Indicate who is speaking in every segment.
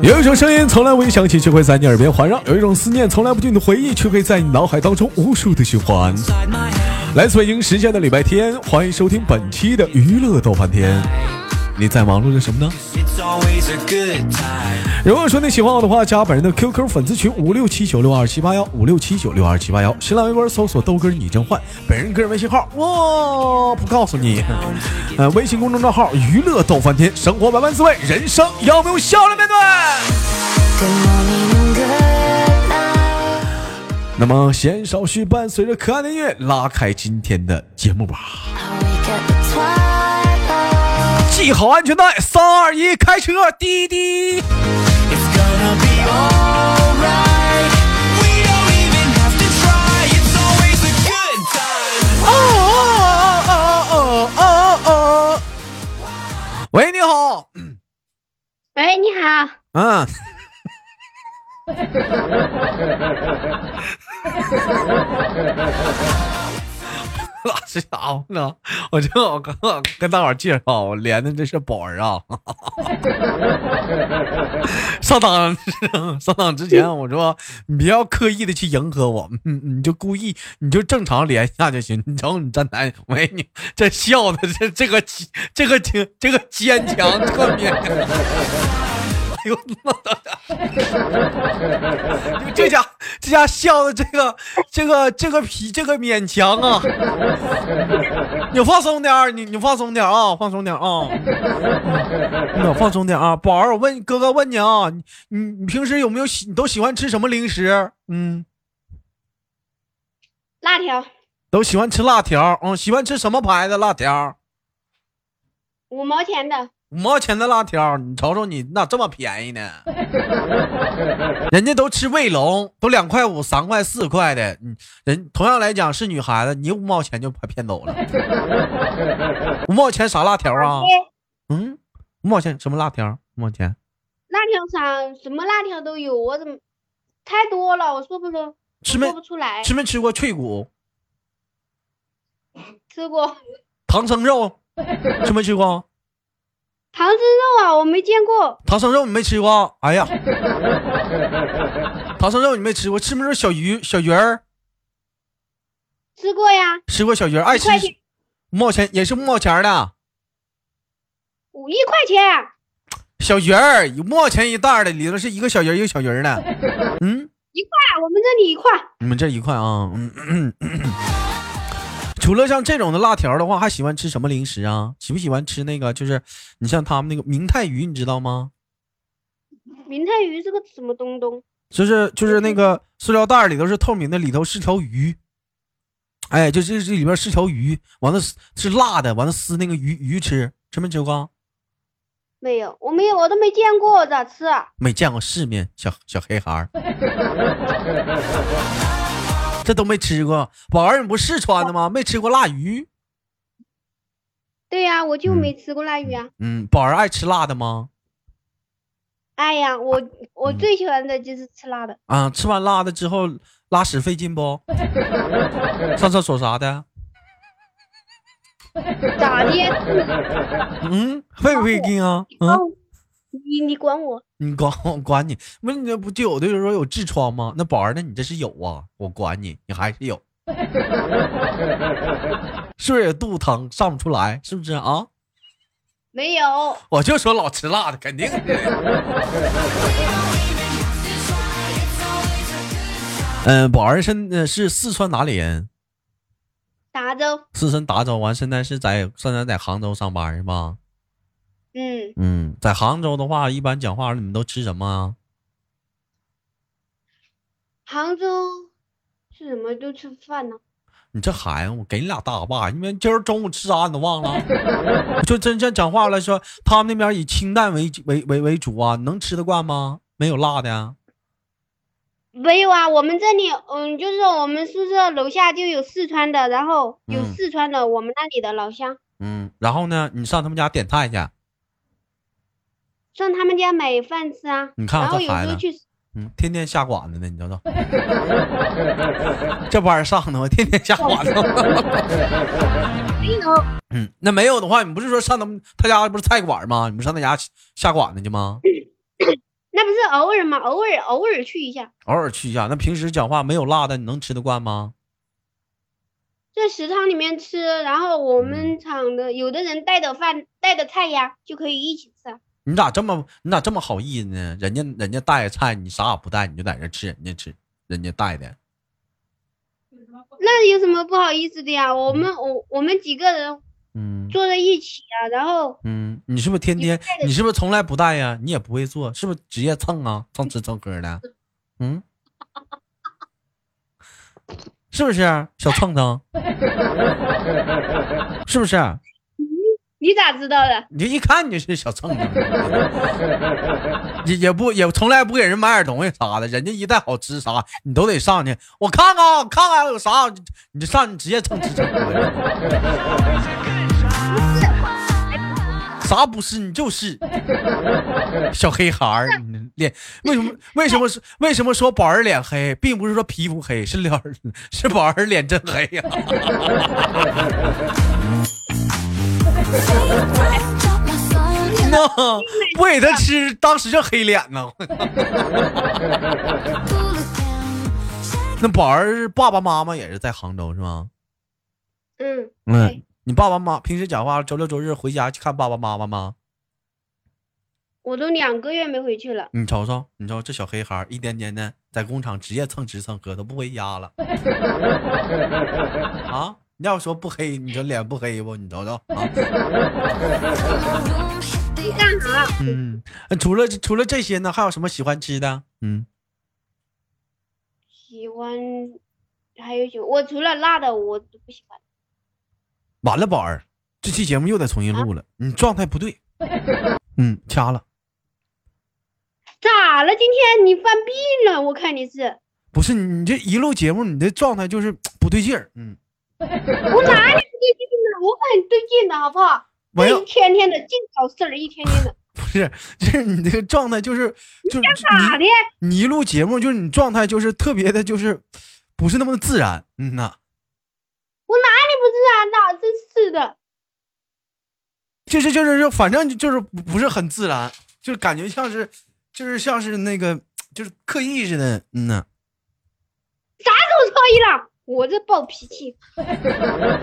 Speaker 1: 有一种声音从来未响起，却会在你耳边环绕；有一种思念从来不去的回忆，却会在你脑海当中无数的循环。来自北京时间的礼拜天，欢迎收听本期的娱乐豆瓣天。你在忙碌着什么呢？如果说你喜欢我的话，加本人的 QQ 粉丝群五六七九六二七八幺五六七九六二七八幺，新浪微博搜索豆哥你真坏，本人个人微信号我不告诉你， 呃，微信公众账号娱乐逗翻天，生活百般滋味，人生要没有笑来面对。
Speaker 2: Good morning and good night.
Speaker 1: 那么闲少叙，伴随着可爱的音乐，拉开今天的节目吧，
Speaker 2: I wake at the twilight.
Speaker 1: 系好安全带，三二一，开车，滴滴。
Speaker 2: It's gonna be alright. We don't even have to try. It's always a good time.
Speaker 1: 哦哦哦哦哦哦！喂，你好，
Speaker 3: 喂，你好，
Speaker 1: 嗯。 老师家伙呢？我正好刚刚跟大伙儿介绍，我连的这是宝儿啊。上档上档之前，我说你不要刻意的去迎合我，嗯，你就故意，你就正常连一下就行。你瞅你站台，喂你这笑的这这个这个这个这个坚强特别。哎呦我的！ 这家这家笑的这个这个这个皮这个勉强啊！你放松点儿，你你放松点儿啊，放松点儿啊！那放松点啊，宝儿，我问哥哥问你啊，你你你平时有没有喜你都喜欢吃什么零食？嗯，
Speaker 3: 辣条
Speaker 1: 都喜欢吃辣条，嗯，喜欢吃什么牌子辣条？
Speaker 3: 五毛钱的，
Speaker 1: 五毛钱的辣条，你瞅瞅你，你咋这么便宜呢？ 人家都吃卫龙，都两块五、三块、四块的，你人同样来讲是女孩子，你五毛钱就把骗走了， 五毛钱啥辣条啊？
Speaker 3: 哎
Speaker 1: 嗯，五毛钱什么辣条？五毛钱。
Speaker 3: 辣条厂什么辣条都有，我怎么太多了，我说不出，
Speaker 1: 吃
Speaker 3: 我
Speaker 1: 没
Speaker 3: 说不出来。
Speaker 1: 吃没吃过脆骨、
Speaker 3: 吃过
Speaker 1: 唐僧肉？吃没吃过？
Speaker 3: 唐僧肉啊，我没见过，
Speaker 1: 唐僧肉你没吃过？哎呀，唐僧肉你没吃过？吃没吃过小鱼小鱼儿？
Speaker 3: 吃过呀，
Speaker 1: 吃过小鱼儿，爱吃
Speaker 3: 一块钱
Speaker 1: 五毛钱也是五毛钱的
Speaker 3: 五一块钱，啊
Speaker 1: 小鱼儿，五毛钱一袋儿的，里头是一个小鱼儿一个小鱼儿的。嗯，
Speaker 3: 啊，我们这里一块，
Speaker 1: 你们这一块啊。嗯嗯嗯嗯除了像这种的辣条的话，还喜欢吃什么零食啊？喜不喜欢吃那个？就是你像他们那个明太鱼，你知道吗？
Speaker 3: 明太鱼是个什么东东？
Speaker 1: 就是就是那个塑料袋儿里头是透明的，里头是条鱼。哎，就这这里边是条鱼，完了是是辣的，完了撕那个鱼鱼吃，吃没吃过？
Speaker 3: 没有，我没有，我都没见过，我咋吃啊？
Speaker 1: 没见过世面，小小黑孩儿， 这都没吃过。宝儿，你不四川的吗？没吃过辣鱼？
Speaker 3: 对呀、我就没吃过辣鱼啊。
Speaker 1: 嗯，宝儿爱吃辣的吗？
Speaker 3: 哎呀，我我
Speaker 1: 嗯
Speaker 3: 最喜欢的就是吃辣的，
Speaker 1: 啊，吃完辣的之后拉屎费劲不？上厕所啥的？
Speaker 3: 咋的？你
Speaker 1: 嗯，费不费劲啊？嗯
Speaker 3: 管。我哦你你管我？
Speaker 1: 你管我管你，不是你这不就有的人说有痔疮吗？那宝儿，那你这是有啊？我管你，你还是有，是不是肚疼上不出来？是不是啊？
Speaker 3: 没有，
Speaker 1: 我就说老吃辣 的，肯定是。嗯，宝儿是呃是四川哪里人？
Speaker 3: 达州，
Speaker 1: 四川达州，啊完现在是在现在在杭州上班是吧？
Speaker 3: 嗯。
Speaker 1: 嗯，在杭州的话，一般讲话你们都吃什么啊？
Speaker 3: 杭州是什么都吃饭呢？
Speaker 1: 你这孩子，我给你俩大巴！你们今儿中午吃啥你都忘了？ 就真正讲话来说，他们那边以清淡为为为为主啊，能吃得惯吗？没有辣的呀、
Speaker 3: 没有啊，我们这里，嗯，就是我们宿舍楼下就有四川的，然后有
Speaker 1: 嗯
Speaker 3: 四川的，我们那里的老乡
Speaker 1: 嗯，然后呢，你上他们家点菜去，
Speaker 3: 上他们家买饭吃啊，
Speaker 1: 你看
Speaker 3: 然
Speaker 1: 这
Speaker 3: 后有
Speaker 1: 孩
Speaker 3: 时候
Speaker 1: 子
Speaker 3: 去，
Speaker 1: 嗯，天天下馆子呢，你 瞅瞅，这班儿上的我天天下馆 子。
Speaker 3: 没有，
Speaker 1: 嗯，那没有的话，你不是说上他们他家不是菜馆吗？你不上他家下馆子去吗？
Speaker 3: 那那不是偶尔吗？偶尔偶尔去一下。
Speaker 1: 偶尔去一下。那平时讲话没有辣的，你能吃得惯吗？
Speaker 3: 在食堂里面吃，然后我们厂的有的人带的饭带的菜呀，就可以一起吃啊。
Speaker 1: 你咋这么你咋这么好意思呢？人家人家带菜，你啥也不带，你就在这吃人家吃人家带的。
Speaker 3: 那有什么不好意思的呀？我们我我们几个人
Speaker 1: 嗯
Speaker 3: 坐在一起啊，然后
Speaker 1: 嗯，你是不是天天你是不是从来不带呀？你也不会做，是不是直接蹭啊？蹭吃蹭喝的，嗯，是不是小蹭蹭？是不是？
Speaker 3: 你咋知道的？
Speaker 1: 你这一看你就是小蹭蹭， 也也不也从来不给人买点东西啥的，人家一带好吃啥，你都得上去，我看看我看看有啥，你就上去直接蹭吃蹭喝， 啥不是你就是，小黑孩儿，你脸为什么为什么说为什么说宝儿脸黑，并不是说皮肤黑，是脸儿是宝儿脸真黑啊呀、那不给他吃，当时就黑脸呢。 那宝儿爸爸妈妈也是在杭州是吗？
Speaker 3: 嗯，
Speaker 1: 嗯
Speaker 3: 对，
Speaker 1: 你爸爸妈平时讲话，周六周日回家去看爸爸妈妈吗？
Speaker 3: 我都两个月没回去了。
Speaker 1: 你瞅瞅，你瞅这小黑孩儿一天天的在工厂直接蹭吃蹭喝，都不回家 了。啊，你要说不黑，你说脸不黑不？你瞅瞅啊，
Speaker 3: 干啥？
Speaker 1: 嗯， 呃除了除了这些呢，还有什么喜欢吃的？嗯，
Speaker 3: 喜欢还有喜欢我除了辣的我都不喜欢。
Speaker 1: 完了，宝儿，这期节目又得重新录了，你状态不对。嗯，掐了。
Speaker 3: 咋了？今天你犯病了？我看你是。
Speaker 1: 不是你你这一录节目，你的状态就是不对劲儿。嗯，
Speaker 3: 我哪里不对劲了？我很对劲的，好不好？
Speaker 1: 没有
Speaker 3: 一，天天的净找事儿，一天天的，
Speaker 1: 不是， 就是你这个状态就是就是
Speaker 3: 咋的？
Speaker 1: 你你一录节目，就是你状态就是特别的，就是不是那么自然。嗯呐，
Speaker 3: 我哪里不自然了？真是的，
Speaker 1: 就是就是就反正就是不是很自然，就是感觉像是就是像是那个就是刻意似的。嗯呐，
Speaker 3: 啥时候超意了？哎我这暴脾气，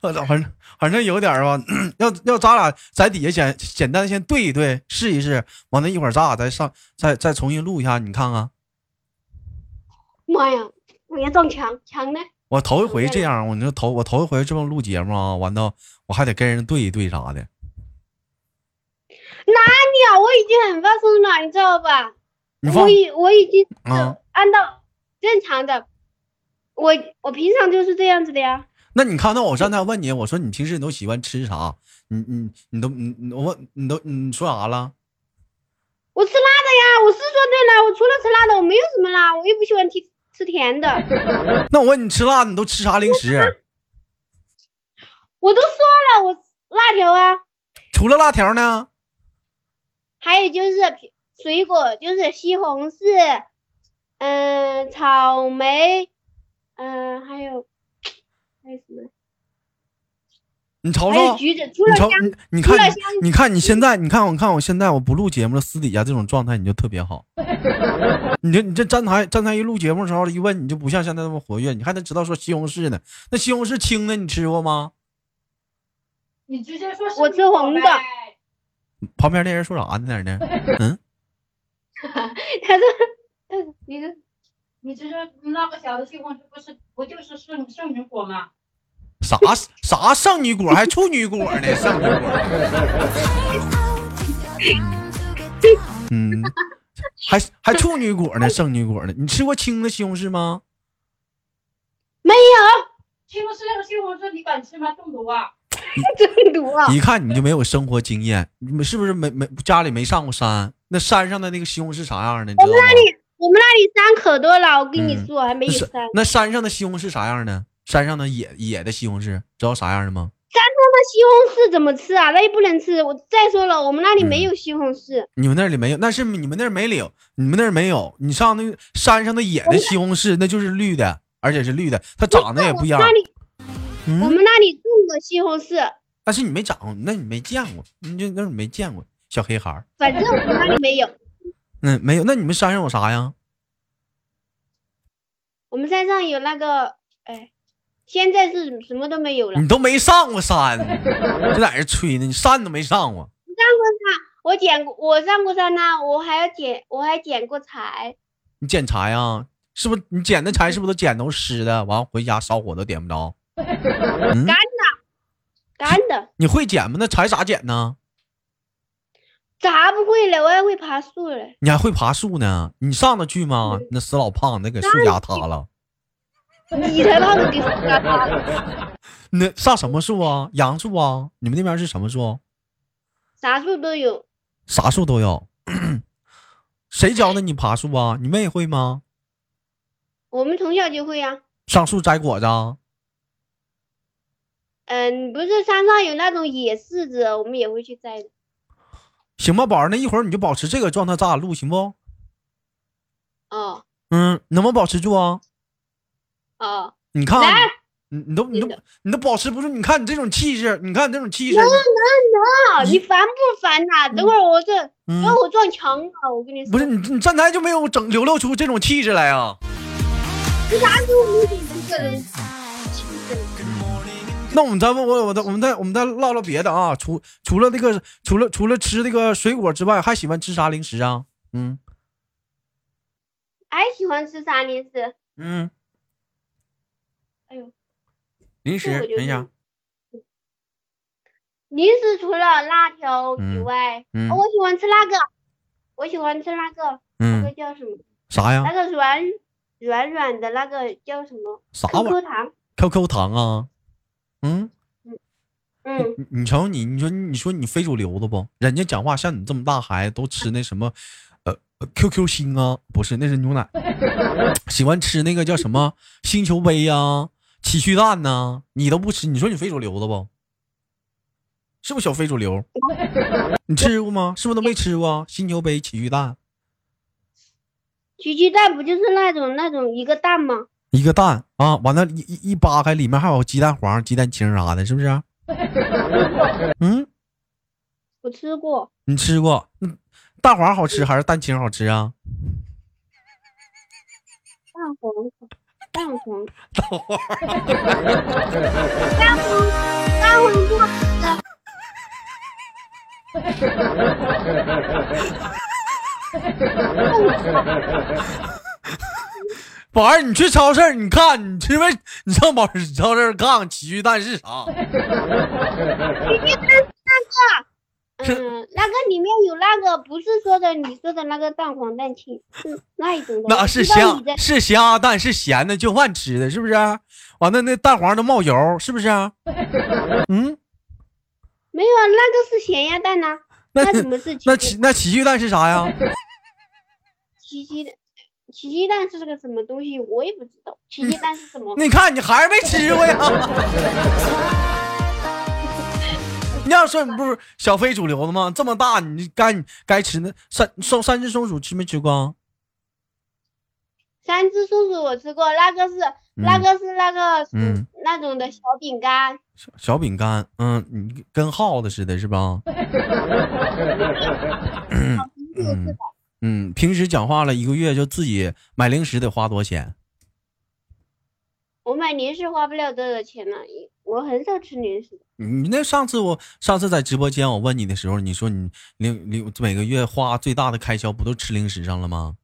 Speaker 1: 我操，反正反正有点儿吧。 要要咱俩在底下简简单先对一对，试一试。完了，一会儿咱俩再上再再重新录一下，你看啊看。
Speaker 3: 妈呀！我要撞墙，墙呢？
Speaker 1: 我头一回这样，我你说头我头一回这么录节目啊，完到我还得跟人对一对啥的。
Speaker 3: 哪里啊？我已经很放松了，你知道吧？
Speaker 1: 你放
Speaker 3: 我已我已经
Speaker 1: 啊？
Speaker 3: 按照正常的，我我平常就是这样子的呀。
Speaker 1: 那你看，那我刚才问你，我说你平时你都喜欢吃啥？你你你都你你我问你都你说啥了？
Speaker 3: 我吃辣的呀，我是说对了，我除了吃辣的，我没有什么辣，我又不喜欢吃吃甜 的。
Speaker 1: 那我问你吃辣，你都吃啥零食？
Speaker 3: 我都说了，我辣条啊，
Speaker 1: 除了辣条呢？
Speaker 3: 还有就是苹水果，就是西红柿，嗯、草莓，嗯、还有还有什么？
Speaker 1: 你瞅
Speaker 3: 还有
Speaker 1: 瞅，
Speaker 3: 橘子。哎除
Speaker 1: 你
Speaker 3: 了
Speaker 1: 瞅
Speaker 3: 香，
Speaker 1: 你你
Speaker 3: 除
Speaker 1: 看
Speaker 3: 了
Speaker 1: 你
Speaker 3: 香
Speaker 1: 你看你现在，你看我看我现在我不录节目了，私底下这种状态你就特别好。你这你这站台站台一录节目的时候一问，你就不像现在那么活跃，你还能知道说西红柿呢？那西红柿青的你吃过吗？
Speaker 4: 你直接说是
Speaker 3: 我
Speaker 4: 苹
Speaker 3: 吃
Speaker 4: 果
Speaker 3: 红的
Speaker 4: 呗
Speaker 1: 旁边那人说啥呢？在那儿呢？嗯，
Speaker 3: 他说，他说 你说
Speaker 4: 你直接那个小的西红柿不是不就是圣圣女果吗？
Speaker 1: 啥啥圣女果还处女果呢？圣女果，嗯，还还处女果呢？圣女果呢？你吃过青的西红柿吗？
Speaker 3: 没有
Speaker 4: 西红柿那个西红柿你敢吃吗？中毒啊！
Speaker 3: 中毒啊！
Speaker 1: 一看你就没有生活经验，你们是不是没没家里没上过山？那山上的那个西红柿啥样的？你知道吗？
Speaker 3: 我们那里山可多了，我跟你
Speaker 1: 嗯
Speaker 3: 说，还没
Speaker 1: 那
Speaker 3: 有
Speaker 1: 山
Speaker 3: 山。
Speaker 1: 那山上的西红柿啥样呢？山上的野野的西红柿，知道啥样的吗？
Speaker 3: 那西红柿怎么吃啊？那也不能吃。我再说了，我们那里
Speaker 1: 嗯
Speaker 3: 没有西红柿。
Speaker 1: 你们那里没有，那是你们那儿没有，你们那儿没有。你上那个山上的野的西红柿，那就是绿的，而且是绿的，它长得也
Speaker 3: 我
Speaker 1: 不
Speaker 3: 们
Speaker 1: 一样
Speaker 3: 那。里我
Speaker 1: 嗯，
Speaker 3: 们那里种的西红柿，
Speaker 1: 但是你没长过，那你没见过，你就那你没见过。小黑孩儿。
Speaker 3: 反正我那里没有。
Speaker 1: 嗯，没有。那你们山上有啥呀？
Speaker 3: 我们山上有那个，哎，现在是什么都没有了。
Speaker 1: 你都没上过山，这在这吹呢？你山都没上过。
Speaker 3: 我捡过，我上过山呐、我还要捡，我还捡过柴。
Speaker 1: 你捡柴啊？是不是你捡的柴是不是都捡都湿的？完回家烧火都点不着。嗯，
Speaker 3: 干的，
Speaker 1: 你会捡吗？那柴咋捡呢？
Speaker 3: 咋不会了？我还会爬树嘞。
Speaker 1: 你还会爬树呢？你上得去吗？那死老胖子给树压塌了。
Speaker 3: 你才胖子给我干趴了。
Speaker 1: 那上什么树啊？杨树啊？你们那边是什么树？
Speaker 3: 啥树都有。
Speaker 1: 啥树都有。 谁教的你爬树啊？你妹会吗？
Speaker 3: 我们从小就会啊呀、
Speaker 1: 上树摘果子啊？
Speaker 3: 嗯，不是山上有那种野柿子，我们也会去摘的。
Speaker 1: 行吧，宝儿，那一会儿你就保持这个状态，咱俩录行不？
Speaker 3: 哦
Speaker 1: 嗯，能不能保持住啊？
Speaker 3: 哦，
Speaker 1: 你看
Speaker 3: 来，
Speaker 1: 你你都你都
Speaker 3: 真
Speaker 1: 你都保持不住，你看你这种气势，你看你这种气势，
Speaker 3: 啊，你烦不烦呐、等会儿我这，等
Speaker 1: 嗯
Speaker 3: 会，儿我撞墙了，我跟你说。
Speaker 1: 不是你你站台就没有整流露出这种气质来啊？
Speaker 3: 一个人。
Speaker 1: 那我们再问我我再我们再我们再唠唠别的啊，除除了这个除了除了吃这个水果之外，还喜欢吃啥零食啊？嗯
Speaker 3: 还哎喜欢吃啥零食？
Speaker 1: 嗯，
Speaker 3: 哎呦，
Speaker 1: 零
Speaker 3: 这
Speaker 1: 食
Speaker 3: 我就
Speaker 1: 等一下
Speaker 3: 是，零食除了辣条以
Speaker 1: 嗯
Speaker 3: 外，
Speaker 1: 嗯
Speaker 3: 哦我喜欢吃那个，我喜欢吃那个，那个
Speaker 1: 嗯，
Speaker 3: 叫什么？
Speaker 1: 啥呀
Speaker 3: 那？个软软软的那个叫什么
Speaker 1: 啥玩意儿
Speaker 3: ？QQ 糖。
Speaker 1: ？QQ 糖啊？嗯，
Speaker 3: 嗯，
Speaker 1: 你你瞅你，你说你说你非主流的不？人家讲话像你这么大孩子都吃那什么，呃，QQ 星啊，不是，那是牛奶， 喜欢吃那个叫什么星球杯呀、奇趣蛋呐、你都不吃，你说你非主流的不？是不是小非主流？你吃过吗？是不是都没吃过啊星球杯、奇趣蛋？
Speaker 3: 奇趣蛋不就是那种那种一个蛋吗？
Speaker 1: 一个蛋啊，完了，一一一扒开，里面还有鸡蛋黄、鸡蛋清啥的，是不是？ 嗯，
Speaker 3: 我吃过，
Speaker 1: 你吃过？嗯，蛋黄好吃还是蛋清好吃啊？
Speaker 3: 蛋黄蛋 黄
Speaker 1: 蛋黄。
Speaker 3: 蛋黄蛋黄不好吃，
Speaker 1: 宝儿，你去超市儿，你看，你是不是你上宝儿超市儿看看奇趣蛋是啥？
Speaker 3: 奇趣蛋是那个，嗯，那个里面有那个不是说的你说的那个蛋黄蛋清，是那一种的。
Speaker 1: 那
Speaker 3: 我
Speaker 1: 是
Speaker 3: 知道
Speaker 1: 虾
Speaker 3: 你在，
Speaker 1: 是虾蛋，是咸的，就饭吃的，是不是？完了，那蛋黄都冒油，是不是？嗯，
Speaker 3: 没有啊？那个是咸鸭蛋呐、
Speaker 1: 那
Speaker 3: 那怎么是
Speaker 1: 那
Speaker 3: 奇
Speaker 1: 奇那奇趣蛋是啥呀？
Speaker 3: 奇迹的？奇迹蛋是个什么东西？我也不知道。奇
Speaker 1: 嗯
Speaker 3: 迹蛋是什么？
Speaker 1: 你看你还是没吃过呀？ 你要说你不是小非主流的吗？这么大，你该该吃那三松三只松鼠吃没吃过啊？
Speaker 3: 三只松鼠我吃过，那个是、那
Speaker 1: 嗯
Speaker 3: 个是那个薯
Speaker 1: 嗯
Speaker 3: 那种的小饼干，
Speaker 1: 小小饼干，嗯，你跟耗子似的，是吧？嗯嗯，平时讲话了一个月就自己买零食得花多少钱？
Speaker 3: 我买零食花不了多少钱呢，我很少吃零食。
Speaker 1: 你那上次我上次在直播间我问你的时候，你说你零零每个月花最大的开销不都吃零食上了吗？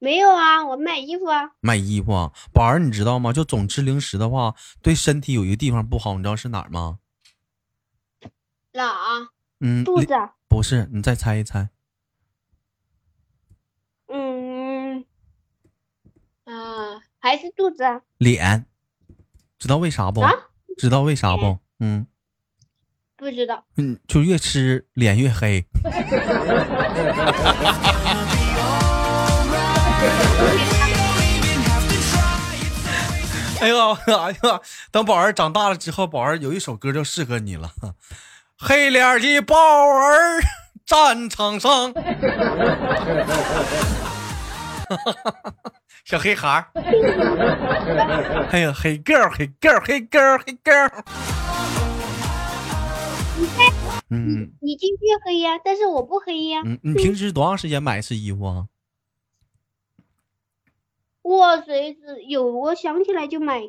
Speaker 3: 没有啊，我买衣服啊，
Speaker 1: 买衣服啊，宝儿你知道吗？就总吃零食的话，对身体有一个地方不好，你知道是哪儿吗？
Speaker 3: 哪啊？
Speaker 1: 嗯，
Speaker 3: 肚
Speaker 1: 你
Speaker 3: 子啊，
Speaker 1: 不是，你再猜一猜，
Speaker 3: 嗯啊，还是肚子啊？
Speaker 1: 脸，知道为啥不？
Speaker 3: 啊
Speaker 1: 知道为啥不？嗯。
Speaker 3: 不知道，
Speaker 1: 嗯，就越吃脸越黑。 哎呦，哎呀，等宝儿长大了之后，宝儿有一首歌就适合你了， 《黑脸儿的宝儿战场上》， 小黑孩儿。 哎呀，黑 girl，黑 girl，黑 girl，黑 girl。嗯
Speaker 3: 你继续黑呀，但是我不黑呀。
Speaker 1: 嗯，你平时多长时间买一次衣服啊？
Speaker 3: 我随时有，我想起来就买，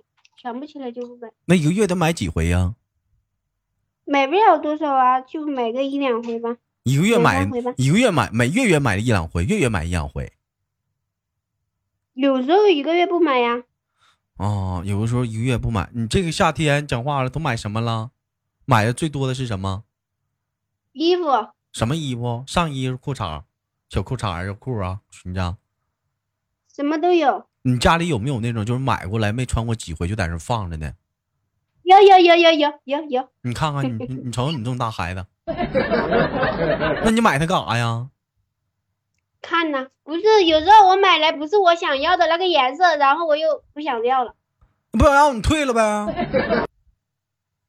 Speaker 3: 想不起来就不买，
Speaker 1: 那一个月得买几回呀、啊
Speaker 3: 买不了多少啊，就买个一两回吧。
Speaker 1: 一个月
Speaker 3: 两
Speaker 1: 买
Speaker 3: 三回吧
Speaker 1: 一个月买每月月买一两回，月月买一两回。
Speaker 3: 有时候一个月不买呀，
Speaker 1: 哦，有的时候一个月不买。你这个夏天讲话了，都买什么了？买的最多的是什么？
Speaker 3: 衣服、
Speaker 1: 什么衣服？上衣、裤衩、小裤衩、儿裤啊、裙子啊。
Speaker 3: 什么都有。
Speaker 1: 你家里有没有那种就是买过来没穿过几回就在那放着的？
Speaker 3: 有有有有有有有，
Speaker 1: 你看看你，你你瞅瞅你这么大孩子， 那你买它干啥呀？
Speaker 3: 看呐、不是有时候我买来不是我想要的那个颜色，然后我又不想要了，
Speaker 1: 不想让你退了呗？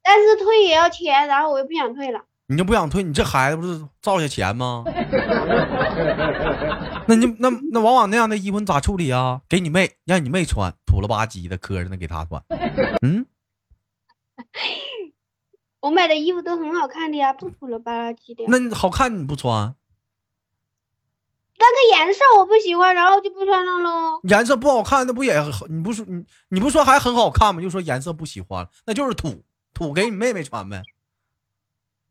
Speaker 3: 但是退也要钱，然后我又不想退了。
Speaker 1: 你就不想退，你这孩子不是造下钱吗？ 那你就那那往往那样的衣服你咋处理啊？给你妹，让你妹穿，土了吧唧的磕碜的给她穿。嗯，
Speaker 3: 我买的衣服都很好看的呀，不土了吧唧的呀。
Speaker 1: 那你好看你不穿，
Speaker 3: 那个颜色我不喜欢，然后就不穿了喽。
Speaker 1: 颜色不好看那不也你不说你你不说还很好看吗？就说颜色不喜欢了，那就是土土给你妹妹穿呗。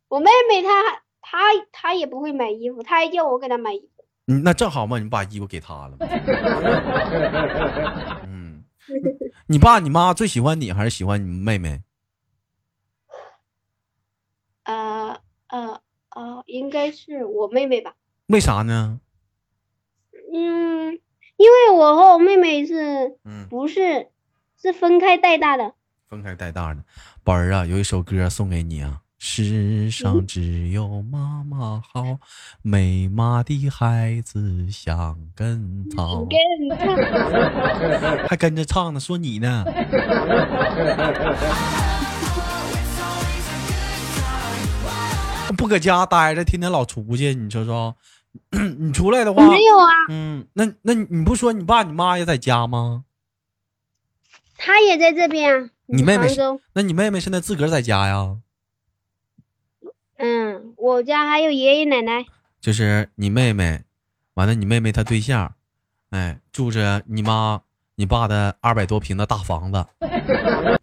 Speaker 3: 我妹妹她她她也不会买衣服，她还叫我给她买衣服。
Speaker 1: 嗯，那正好嘛，你把衣服给他了嘛。嗯， 你爸你妈最喜欢你还是喜欢你妹妹？
Speaker 3: 呃呃呃，应该是我妹妹吧。
Speaker 1: 为啥呢？
Speaker 3: 嗯，因为我和我妹妹是
Speaker 1: 嗯，
Speaker 3: 不是是分开带大的？
Speaker 1: 分开带大的。宝儿啊，有一首歌送给你啊。世上只有妈妈好，没妈的孩子像根草
Speaker 3: 你，跟你看，
Speaker 1: 还跟着唱呢，说你呢。不搁家待着，天天老出去，你说说， 你出来的
Speaker 3: 我
Speaker 1: 话，
Speaker 3: 没有啊，
Speaker 1: 嗯，那那你你不说你爸你妈也在家吗？
Speaker 3: 她也在这边啊。
Speaker 1: 你妹妹
Speaker 3: 杭
Speaker 1: 是
Speaker 3: 州？
Speaker 1: 那你妹妹现在自个儿在家呀？
Speaker 3: 嗯，我家还有爷爷奶奶。
Speaker 1: 就是你妹妹，完了你妹妹她对象，哎，住着你妈你爸的二百多平的大房子，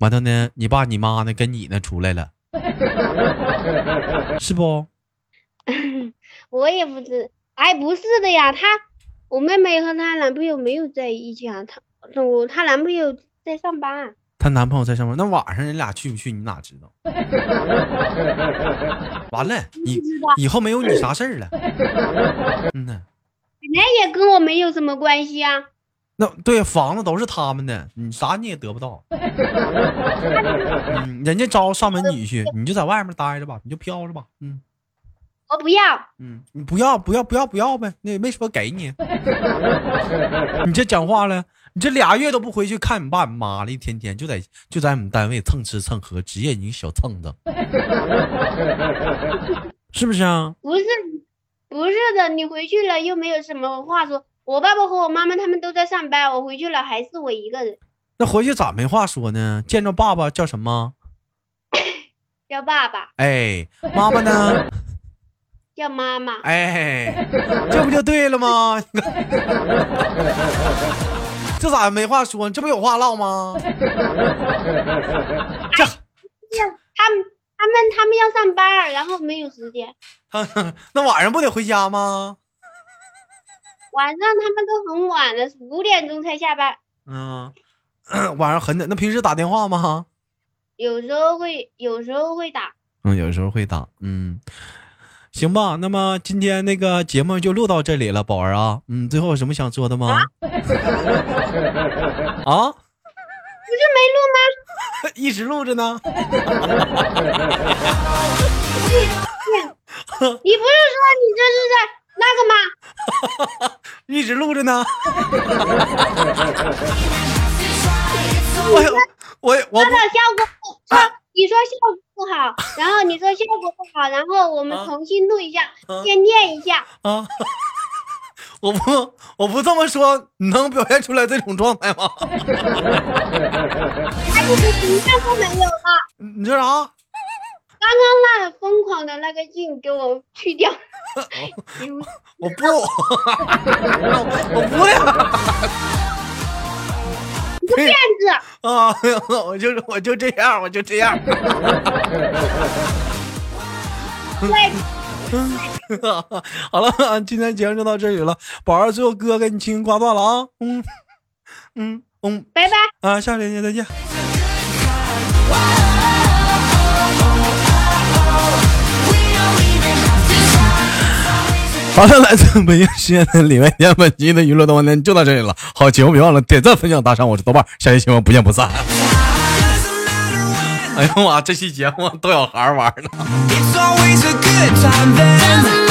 Speaker 1: 完了呢，你爸你妈呢跟你呢出来了，是不？
Speaker 3: 我也不知，哎，不是的呀，她，我妹妹和她男朋友没有在一起啊，她，我她男朋友在上班啊、
Speaker 1: 她男朋友在上面，那晚上人俩去不去？你哪知道？完了，以
Speaker 3: 不知道，
Speaker 1: 以后没有你啥事儿了。嗯呐，
Speaker 3: 本来也跟我没有什么关系啊，
Speaker 1: 那对房子都是他们的，你啥你也得不到。嗯，人家招上门女婿，你就在外面待着吧，你就飘着吧。嗯
Speaker 3: 我不要，
Speaker 1: 嗯，你不要不要不要不要呗，那也没说给你。 你这讲话了，你这俩月都不回去看你爸你妈了，一天天就在就在我们单位蹭吃蹭喝，职业你小蹭 子，是不是啊？
Speaker 3: 不是，不是的，你回去了又没有什么话说，我爸爸和我妈妈他们都在上班，我回去了还是我一个人，
Speaker 1: 那回去咋没话说呢？见着爸爸叫什么？
Speaker 3: 叫爸爸，
Speaker 1: 哎，妈妈呢？
Speaker 3: 叫妈妈，
Speaker 1: 哎，这不就对了吗？ 这咋没话说呢？这不有话唠吗？ 这
Speaker 3: 他们他们他们要上班，啊然后没有时间，
Speaker 1: 那晚上不得回家吗？
Speaker 3: 晚上他们都很晚了，五点钟才下班，
Speaker 1: 嗯， 晚上很点。那平时打电话吗？
Speaker 3: 有时候会有时候会打。
Speaker 1: 嗯，有时候会打。嗯，行吧。那么今天那个节目就录到这里了，宝儿啊。嗯，最后有什么想说的吗？
Speaker 3: 不
Speaker 1: 啊？
Speaker 3: 是没录吗？
Speaker 1: 一直录着呢。
Speaker 3: 你不是说你这是在那个吗？
Speaker 1: 一直录着呢。哎我我我
Speaker 3: 说到效果不说，你说效果不好，然后你说效果不好，然后我们
Speaker 1: 啊
Speaker 3: 重新录一下，
Speaker 1: 啊
Speaker 3: 先念一下。
Speaker 1: 不啊， 我不我不这么说，你能表现出来这种状态吗？
Speaker 3: 哎，你你看都没有了，
Speaker 1: 你你说啥？
Speaker 3: 刚刚那疯狂的那个劲给我去掉。流
Speaker 1: 我不，我不呀
Speaker 3: 这样子，
Speaker 1: 啊！ 我就我就这样，我就这样。
Speaker 3: 对，
Speaker 1: 好了，今天节目就到这里了。宝儿，最后哥给你轻轻挂断了啊！嗯嗯嗯
Speaker 3: 拜拜。
Speaker 1: 啊，下链接再见。好了，来自北京时间的礼拜天，本期的娱乐多半天就到这里了。好，节目别忘了点赞、分享、打赏。我是豆瓣儿，下期节目不见不散。
Speaker 2: Doesn't matter when.
Speaker 1: 哎呀妈，这期节目逗小孩儿玩儿呢。
Speaker 2: It's always a good time then.